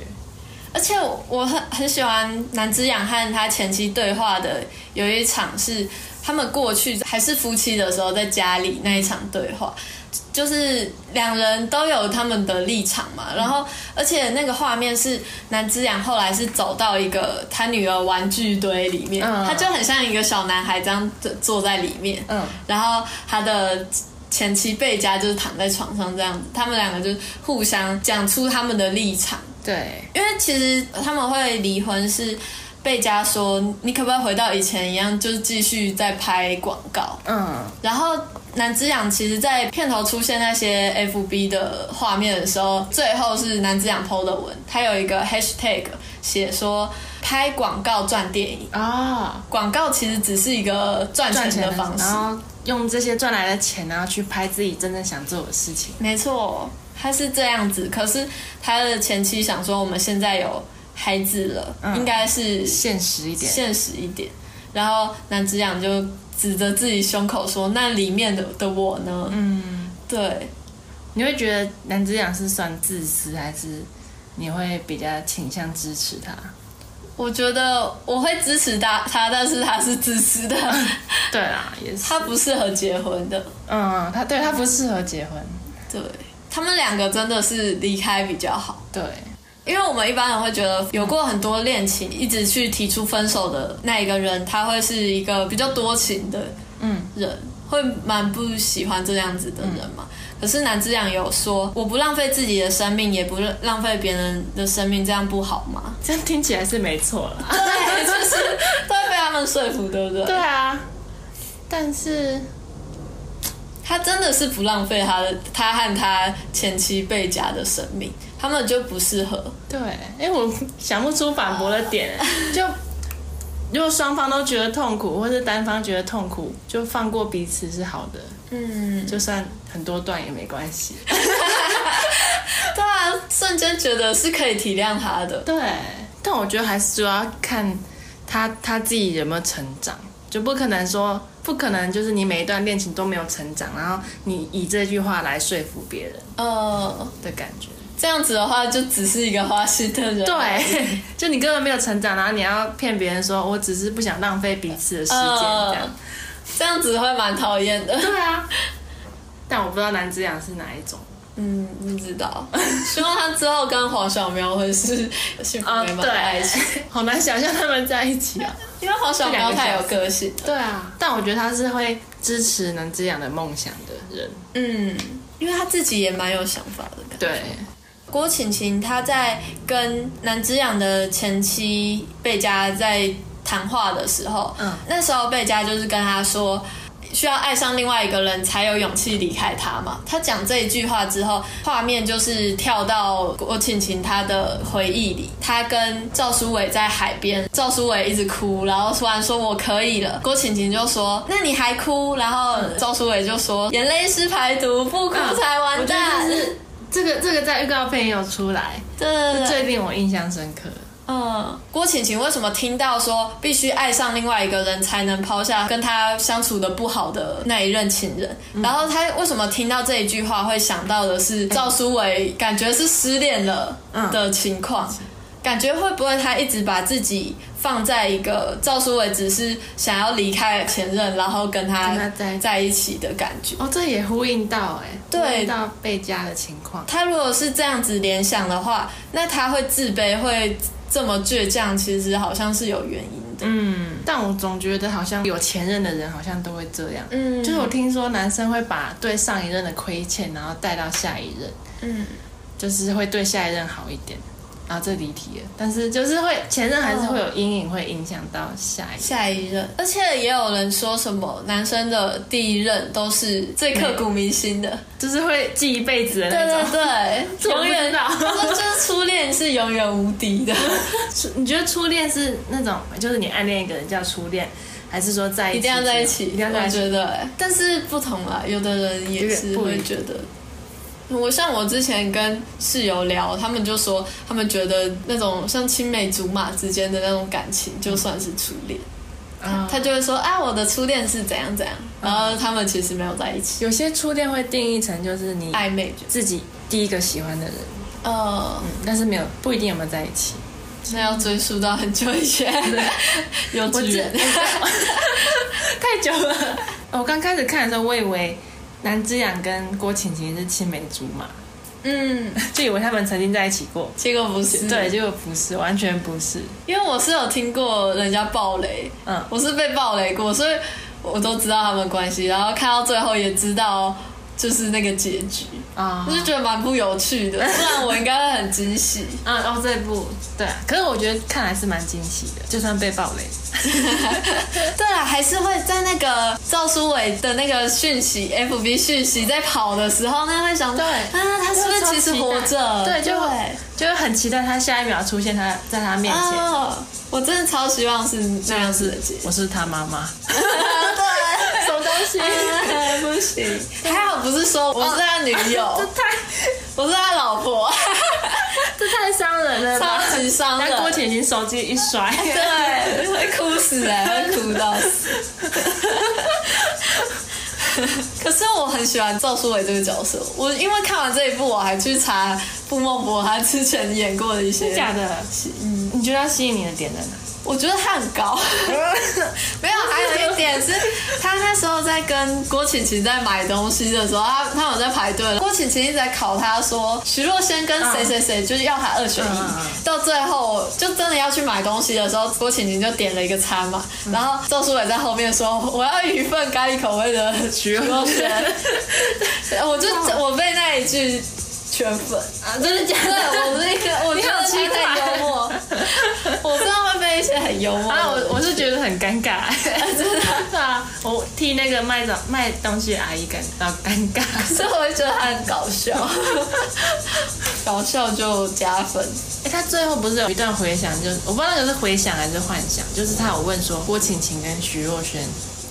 而且我很很喜欢南之养和他前妻对话的有一场是他们过去还是夫妻的时候在家里那一场对话。就是两人都有他们的立场嘛，然后而且那个画面是南之阳后来是走到一个他女儿玩具堆里面，
嗯
他就很像一个小男孩这样坐坐在里面，
嗯，
然后他的前妻贝佳就是躺在床上这样子，他们两个就互相讲出他们的立场，
对，
因为其实他们会离婚是贝佳说你可不可以回到以前一样，就是继续再拍广告，
嗯，
然后南之养其实，在片头出现那些 FB 的画面的时候，最后是南之养 PO 的文，他有一个 hashtag 写说拍广告赚电影，
啊、
广告其实只是一个赚
赚
钱
钱的
的
哦
方式
然，后用这些赚来的钱，然后去拍自己真正想做的事情。
没错，他是这样子。可是他的前妻想说，我们现在有孩子了，
嗯
应该是
现实一点，
现实一点。然后男子养就指着自己胸口说：“那里面的的我呢？”嗯，对。
你会觉得男子养是算自私，还是你会比较倾向支持他？
我觉得我会支持他，他但是他是自私的，
对啦，也是，
他不适合结婚的。
嗯，他对他不适合结婚，
对他们两个真的是离开比较好，
对，
因为我们一般人会觉得有过很多恋情，一直去提出分手的那一个人，他会是一个比较多情的
嗯
人，会蛮不喜欢这样子的人嘛。可是南之养有说，我不浪费自己的生命，也不浪费别人的生命，这样不好吗？
这样听起来是没错啦。
对，就是都会被他们说服，对不
[laughs]
对？
对啊，但是
他真的是不浪费他的，他和他前妻贝佳的生命，他们就不适合。
对，因为我想不出反驳的 [laughs] 点，就如果双方都觉得痛苦，或是单方觉得痛苦，就放过彼此是好的，
嗯，
就算很多段也没关系。
对啊，瞬间觉得是可以体谅他的。
对，但我觉得还是主要看他他自己有没有成长，就不可能说不可能就是你每一段恋情都没有成长，然后你以这句话来说服别人
呃，
的感觉。
这样子的话，就只是一个花心的人。
对， [laughs] 就你根本没有成长，然后你要骗别人说我只是不想浪费彼此的时间这样
呃。，这样子会蛮讨厌的。 [laughs]
对啊，但我不知道男子养是哪一种。
嗯，不知道， [laughs] 希望他之后跟黄小苗会是幸
呃
福美满的爱情，，
[laughs] 好难想象他们在一起啊。
因为黄小苗太有个性了。
对啊，但我觉得他是会支持男子养的梦想的人。
嗯，因为他自己也蛮有想法的感觉。
对，
郭晴晴她在跟南之养的前妻贝佳在谈话的时候，
嗯
那时候贝佳就是跟她说，需要爱上另外一个人才有勇气离开他嘛。她讲这一句话之后，画面就是跳到郭晴晴她的回忆里，她跟赵书伟在海边，赵书伟一直哭，然后突然说我可以了，郭晴晴就说那你还哭？然后赵书伟就说眼泪是排毒，不哭才完蛋。
嗯我觉得就是这个这个在预告片也有出来，
对对对，
最令我印象深刻。
嗯，郭晴晴为什么听到说必须爱上另外一个人才能抛下跟他相处的不好的那一任情人？然后她为什么听到这一句话会想到的是赵书伟，感觉是失恋了
嗯
的情况？感觉会不会她一直把自己放在一个赵书伟只是想要离开前任，然后跟他
跟他在一起
在一起的感觉？
哦，这也呼应到哎、
对
呼应到贝佳的情况。
他如果是这样子联想的话，那他会自卑，会这么倔强，其实好像是有原因的。
嗯，但我总觉得好像有前任的人好像都会这样，
嗯
就是我听说男生会把对上一任的亏欠，然后带到下一任，
嗯，
就是会对下一任好一点。然后这离题了，但是就是会前任还是会有阴影，会影响到下一任。
下一任，而且也有人说什么男生的第一任都是最刻骨铭心的，
就是会记一辈子的
对
那种。
对
这
对，
我不
永
知
远，
道
[laughs] 这就是初恋是永远无敌 [laughs] 的，
初你觉得初恋是那种，就是你暗恋一个人叫初恋，还是说在一起
一定要在一
一
起，
定要在
我
一起？
觉得、欸，但是不同啦，有的人也
有
是
点不一
会
样
觉得。我像我之前跟室友聊，他们就说他们觉得那种像青梅竹马之间的那种感情，就算是初恋。
啊
他就会说啊，我的初恋是怎样怎样，然后他们其实没有在一起，
有些初恋会定义成就是你
暧昧就
自己第一个喜欢的人，
呃，
但是没有不一定有没有在一起。
那要追溯到很久
[laughs]
以前，幼
我
稚
记
园。
太久了。 [laughs] 我刚开始看的时候，我以为南之养跟郭晴晴是青梅竹马， [laughs]
嗯，
就以为他们曾经在一起过。
结果不是，
对，，结果不是，完全不是。
因为我是有听过人家爆雷，
嗯，
我是被爆雷过，所以我都知道他们关系，然后看到最后也知道就是那个结局，
啊
我就觉得蛮不有
[laughs]
趣的，不然我应该会很惊喜。
啊哦，这一部对啊，可是我觉得看来是蛮惊喜的，就算被爆雷，
对啊，还是会在那个赵书伟的那个讯息，FB 讯息在跑的时候，那会想
对
啊，他是不是其实活着？
对，就
对。
就会很期待他下一秒出现他在他面前，
哦，我真的超希望是那样子的结
[laughs]
局。
我是他妈妈，
对，
什么东西？
[laughs]
哦
不行，还好不是说我是他女
[laughs] 这
友，
太
我是他老婆，
这太伤人了
超
吧！
级伤
那
人。
郭晴晴手机一摔，
对，会哭死哎、会哭到
[laughs]
死。可是我很喜欢赵书伟这个角色，我因为看完这一部，我还去查傅孟博他之前演过的一些
真，假的？嗯，你觉得他吸引你的点在 [laughs] 哪？
我觉得他很高。没有，还有一点是，他那时候在跟郭晴晴在买东西的时候，他他有在排队，郭晴晴一直在考他说徐若瑄跟谁谁谁就是要他二选一，
嗯嗯
到最后就真的要去买东西的时候，郭晴晴就点了一个餐嘛，然后赵书伟在后面说我要一份咖喱口味的徐若瑄，我就我被那一句圈粉，
啊，真的假
对我是一个，我觉得他太幽默，我真的会被一些很幽默的
啊，我我是觉得很尴尬， [laughs] 真
[laughs]
的啊，我替那个卖东卖东西的阿姨感到尴尬。 [laughs]
[laughs] 所以我会觉得他很搞笑， [laughs] 搞笑就加分。
哎、他最后不是有一段回想，就是我不知道那个是回想还是幻想，就是他有问说郭晴晴跟徐若瑄，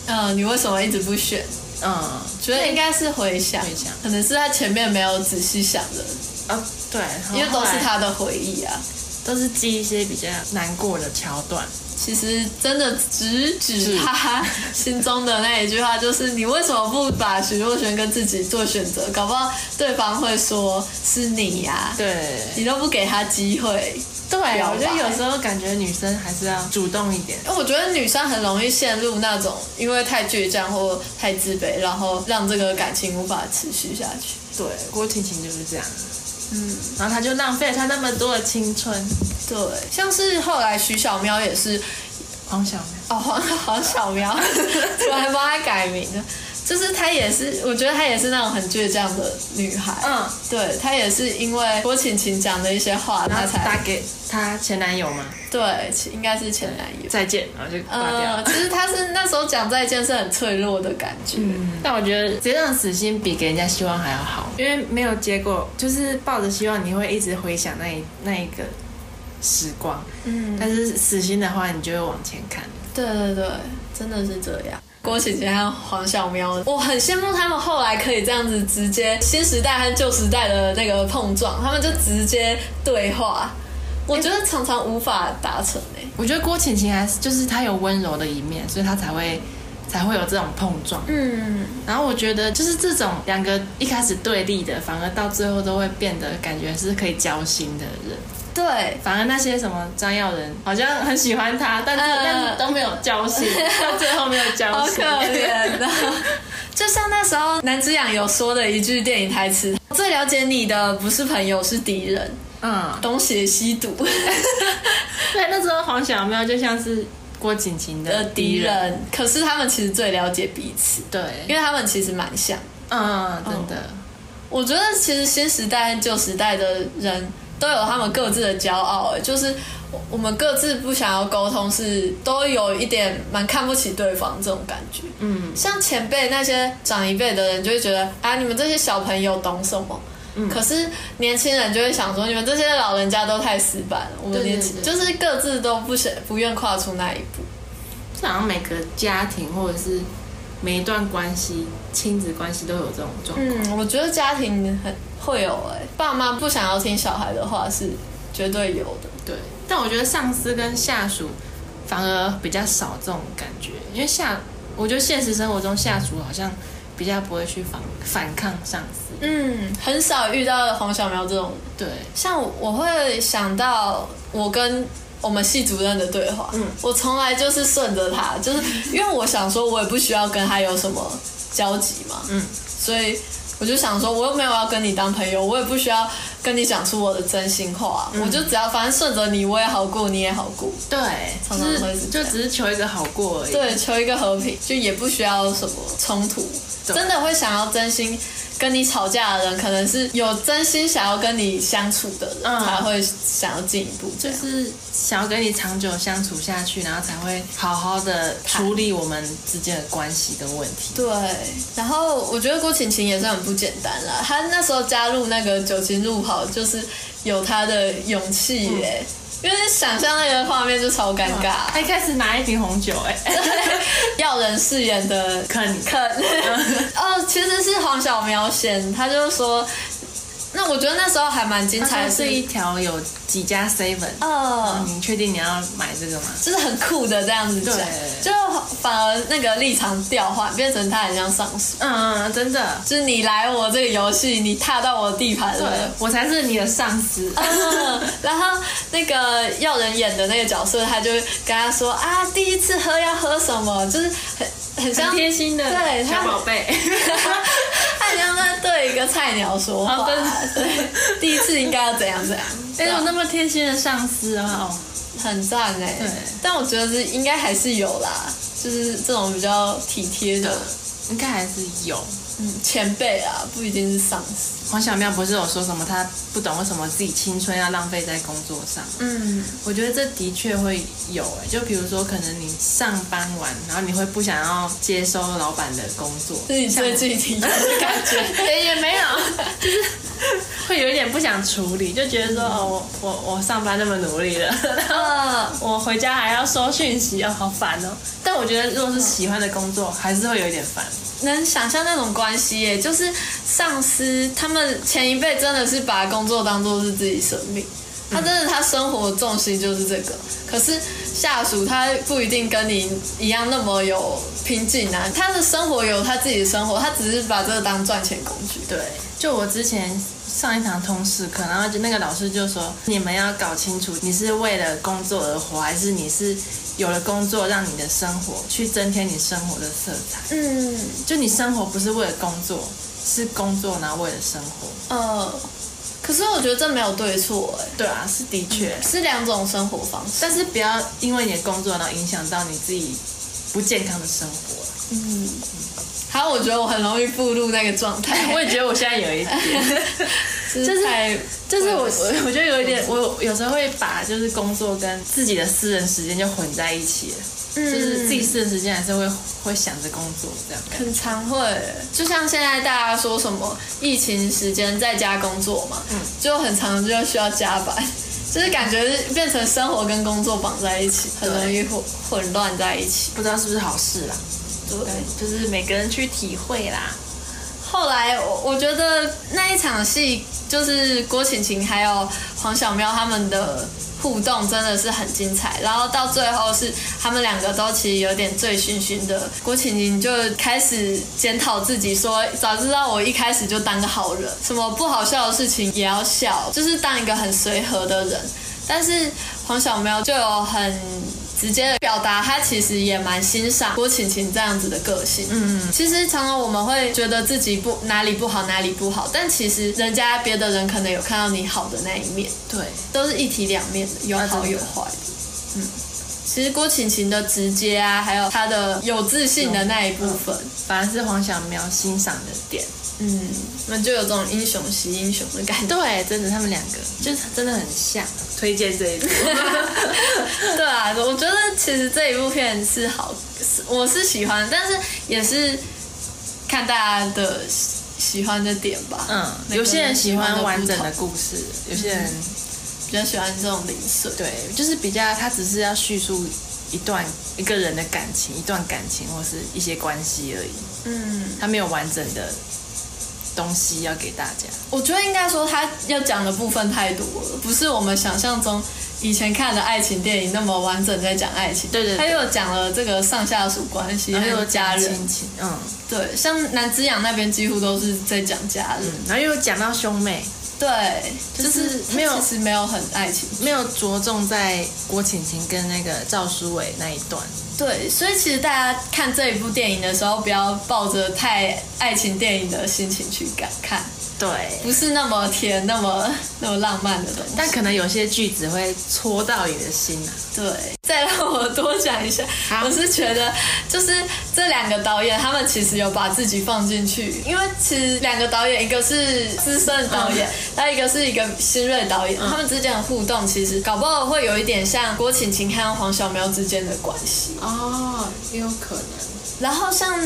嗯，你为什么一直不选？
嗯，
觉得应该是回想，
回想
可能是他前面没有仔细想的，
啊，对，
因为都
然后后
是
来
他的回忆啊。
都是记一些比较难过的桥段，
其实真的直指他 [laughs] 心中的那一句话，就是你为什么不把徐若瑄跟自己做选择？搞不好对方会说是你呀、
对
你都不给他机会。
对，
表白
我觉得有时候感觉女生还是要主动一点，
我觉得女生很容易陷入那种因为太倔强或太自卑，然后让这个感情无法持续下去。
对，郭婷婷就是这样。嗯，然后她就浪费了她那么多的青春。
对，像是后来徐小喵也是，
黄晓明，
哦，黄黄小喵， [laughs] 突然帮她改名了。就是她也是，我觉得她也是那种很倔强的女孩。
嗯，
对，她也是因为郭晴晴讲的一些话，
然
她
后打
才
给她前男友嘛，
对，应该是前男友。
再见，然后就挂掉
嗯，
了。
其实她是那时候讲再见是很脆弱的感觉。
但我觉得直接让死心比给人家希望还要好，因为没有结果，就是抱着希望，你会一直回想那一那一个时光。
嗯
但是死心的话，你就会往前看。
对对对，真的是这样。郭姐姐和黄小喵，我很羡慕他们后来可以这样子直接新时代和旧时代的那个碰撞，他们就直接对话，我觉得常常无法达成欸诶、
我觉得郭晴晴还是就是她有温柔的一面，所以她才会才会有这种碰撞。
嗯，
然后我觉得就是这种两个一开始对立的，反而到最后都会变得感觉是可以交心的人。
对，
反而那些什么张耀仁好像很喜欢他，但是、
嗯
但是都没有交心，到最后没有交
好可
心。
怜 [laughs] 的。就像那时候南之养有说的一句电影台词：“最了解你的不是朋友，是敌人。”
嗯，
东邪西毒。
对，那时候黄小喵就像是郭景晴
的
的
呃敌
敌人。
[laughs] 人，可是他们其实最了解彼此，
对，
因为他们其实蛮像。
嗯，真的，
我觉得其实新时代和旧时代的人都有他们各自的骄傲、欸，就是我我们各自不想要沟通是，都有一点蛮看不起对方这种感觉。
嗯，
像前辈那些长一辈的人就会觉得啊，你们这些小朋友懂什么？可是年轻人就会想说，你们这些老人家都太死板了，我们
对对
年轻
对
就是各自都不想不愿跨出那一步。
这好像每个家庭或者是每一段关系、亲子关系都有这种状况。
嗯，我觉得家庭很会有哎、爸妈不想要听小孩的话是绝对有的。
对，但我觉得上司跟下属反而比较少这种感觉，因为下，我觉得现实生活中下属好像比较不会去反反抗上司。
嗯，很少遇到黄小苗这种。
对，
像我会想到我跟我们系主任的对话，嗯，我从来就是顺着他，就是因为我想说，我也不需要跟他有什么交集嘛，
嗯，
所以我就想说，我又没有要跟你当朋友，我也不需要跟你讲出我的真心话，我就只要反正顺着你，我也好过，你也好过，
对，
常常
就
会
是是
这
就
样
只是求一个好过而已。
对，求一个和平，就也不需要什么冲突。
对
真的会想要真心跟你吵架的人，可能是有真心想要跟你相处的人，
嗯
才会想要进一步
就
这样。
是想要跟你长久相处下去，然后才会好好的处理我们之间的关系跟问题。
对，然后我觉得郭晴晴也是很不简单啦。她那时候加入那个酒精路跑，就是有她的勇气耶、
嗯
因为想象那个画面就超尴 [laughs] 尬。
他一哎开始拿一瓶红酒、哎， [laughs]
要人饰演的
肯
[laughs] 肯，
[laughs]
哦，其实是黄小苗先，他就说，那我觉得那时候还蛮精彩
才
的，
是一条有几家 seven，、
呃，
你确定你要买这个吗？
就是很酷的这样子讲，
对
就反而那个立场调换，变成他很像上司，
嗯，真的，
就是你来我这个游戏，你踏到我地盘
对
[laughs] 了。
我才是你的上司。
嗯然后那个要人演的那个角色，他就跟他说啊，第一次喝要喝什么，就是很很
[laughs]
像
很贴心的
对
小
他
宝 [laughs] 贝，
[laughs] 他很像在对一个菜鸟说话，
哦
对，第一次应该要怎样怎样，
[laughs] 哎、有那么贴心的上司啊！哦，
很赞哎、
对
但我觉得是应该还是有啦，就是这种比较体贴的
应该还是有。
嗯前辈啊，不一定是上司。
黄小妙不是有说什么她不懂为什么自己青春要浪费在工作上？
嗯，
我觉得这的确会有哎、就比如说可能你上班完，然后你会不想要接收老板的工作，
是你最具体的感
[laughs]
觉。
哎也也
[laughs]
没有，就是会有一点不想处理，就觉得说哦，我我我上班那么努力了，然
呃
后我回家还要收讯息，哦，好烦哦。但我觉得如果是喜欢的工作，还是会有一点烦。
能想象那种关系耶，就是上司他们前一辈真的是把工作当做是自己生命，
嗯
他真的他生活重心就是这个。可是下属他不一定跟你一样那么有拼劲啊，他的生活有他自己的生活，他只是把这个当赚钱工具。
对，就我之前上一堂通识课，然后就那个老师就说，你们要搞清楚，你是为了工作而活，还是你是有了工作让你的生活去增添你生活的色彩？
嗯，
就你生活不是为了工作，是工作然后为了生活。
呃，可是我觉得这没有对错哎，
对啊，是的确。
是两种生活方式。
但是不要因为你的工作，然后影响到你自己不健康的生 [laughs] 活。
还有，我觉得我很容易步入那个
[laughs]
状态，
也觉哎得我现在有一点，
[laughs] 就是太
就是我我我觉得有一点，我有有时候会把就是工作跟自己的私人时间就混在一起了，就是自己私人时间还是会会想着工作这样。
很常会，就像现在大家说什么疫情时间在家工作嘛，就很常就需要加班，就是感觉变成生活跟工作绑在一起，很容易混混乱在一起。
不知道是不是好事啦，
对，
就是每个人去体会啦。
后来我我觉得那一场戏就是郭晴晴还有黄小喵他们的互动真的是很精彩，然后到最后是他们两个都其实有点醉醺醺的，郭晴晴就开始检讨自己说，早知道我一开始就当个好人，什么不好笑的事情也要笑，就是当一个很随和的人。但是黄小喵就有很直接的表达，她其实也蛮欣赏郭晴晴这样子的个性。嗯，其实常常我们会觉得自己不哪里不好哪里不好，但其实人家别的人可能有看到你好的那一面，
对，
都是一体两面的，有
啊真
好
的
有坏的。嗯，其实郭晴晴的直接啊，还有她的有自信的那一部分，
反而是黄小苗欣赏的点。
嗯，那就有这种英雄惜英雄的感觉。
对，真的，他们两个就是真的很像。啊推荐这一 [laughs] 部，
[laughs] 对啊，我觉得其实这一部片是好，是我是喜欢，但是也是看大家的喜喜欢的点吧。
嗯，
每个
有些人喜欢
不
完整
同
的，故事，有些人
比较喜欢这种零碎。
对，就是比较他只是要叙述一段一个人的感情，一段感情或是一些关系而已，
嗯，
他没有完整的东西要给大家。
我觉得应该说他要讲的部分太多了，不是我们想象中以前看的爱情电影那么完整在讲爱情。
对对对
他又讲了这个上下属关系，
然
还
后
有
又
家人。
亲情，嗯，
对，像南之阳那边几乎都是在讲家人。
然后又讲到兄妹，
对，
嗯
就
就是
是
没有
他其实没有很爱情。
没有着重在郭晴晴跟那个赵书伟那一段。
对，所以其实大家看这一部电影的时候，不要抱着太爱情电影的心情去感看，
对，
不是那么甜、那么那么浪漫的东西。
但可能有些句子会戳到你的心啊。
对，再让我多讲一下，
好
我是觉得就是这两个导演，他们其实有把自己放进去，因为其实两个导演，一个是资深导演，还有一个是一个新锐导演，他们之间的互动其实搞不好会有一点像郭晴晴和黄小喵之间的关系。
哦，也有可能。
然后像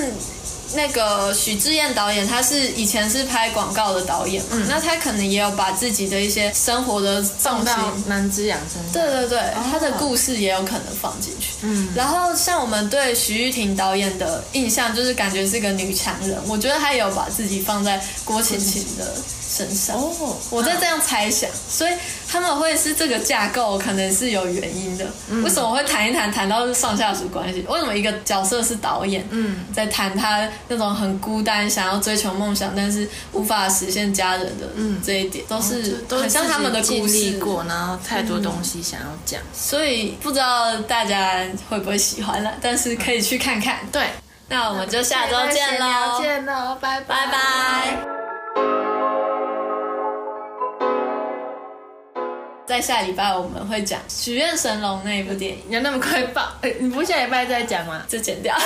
那个许志燕导演，他是以前是拍广告的导演嘛，那他可能也有把自己的一些生活的重
放
心
到南之养身上。
对对对，他的故事也有可能放进去。嗯，然后像我们对徐玉婷导演的印象，就是感觉是个女强人，我觉得她也有把自己放在郭晴晴的身上。
哦，
我在这样猜想，所以他们会是这个架构，可能是有原因的。
嗯
为什么会谈一谈谈到上下属关系？为什么一个角色是导演，嗯，在谈他那种很孤单，想要追求梦想，但是无法实现家人的，嗯，这一点都是
哦都
很像他们的
自己
故
经历
事。
过，然后太多东西想要讲。
所以不知道大家会不会喜欢了，但是可以去看看。
对，
那我们就下周见喽，
见喽，拜
拜拜。在下礼拜我们会讲《许愿神龙》那一部电影，哎
[laughs] 你要那么快报？呃你不是下礼拜再讲吗？
就剪掉。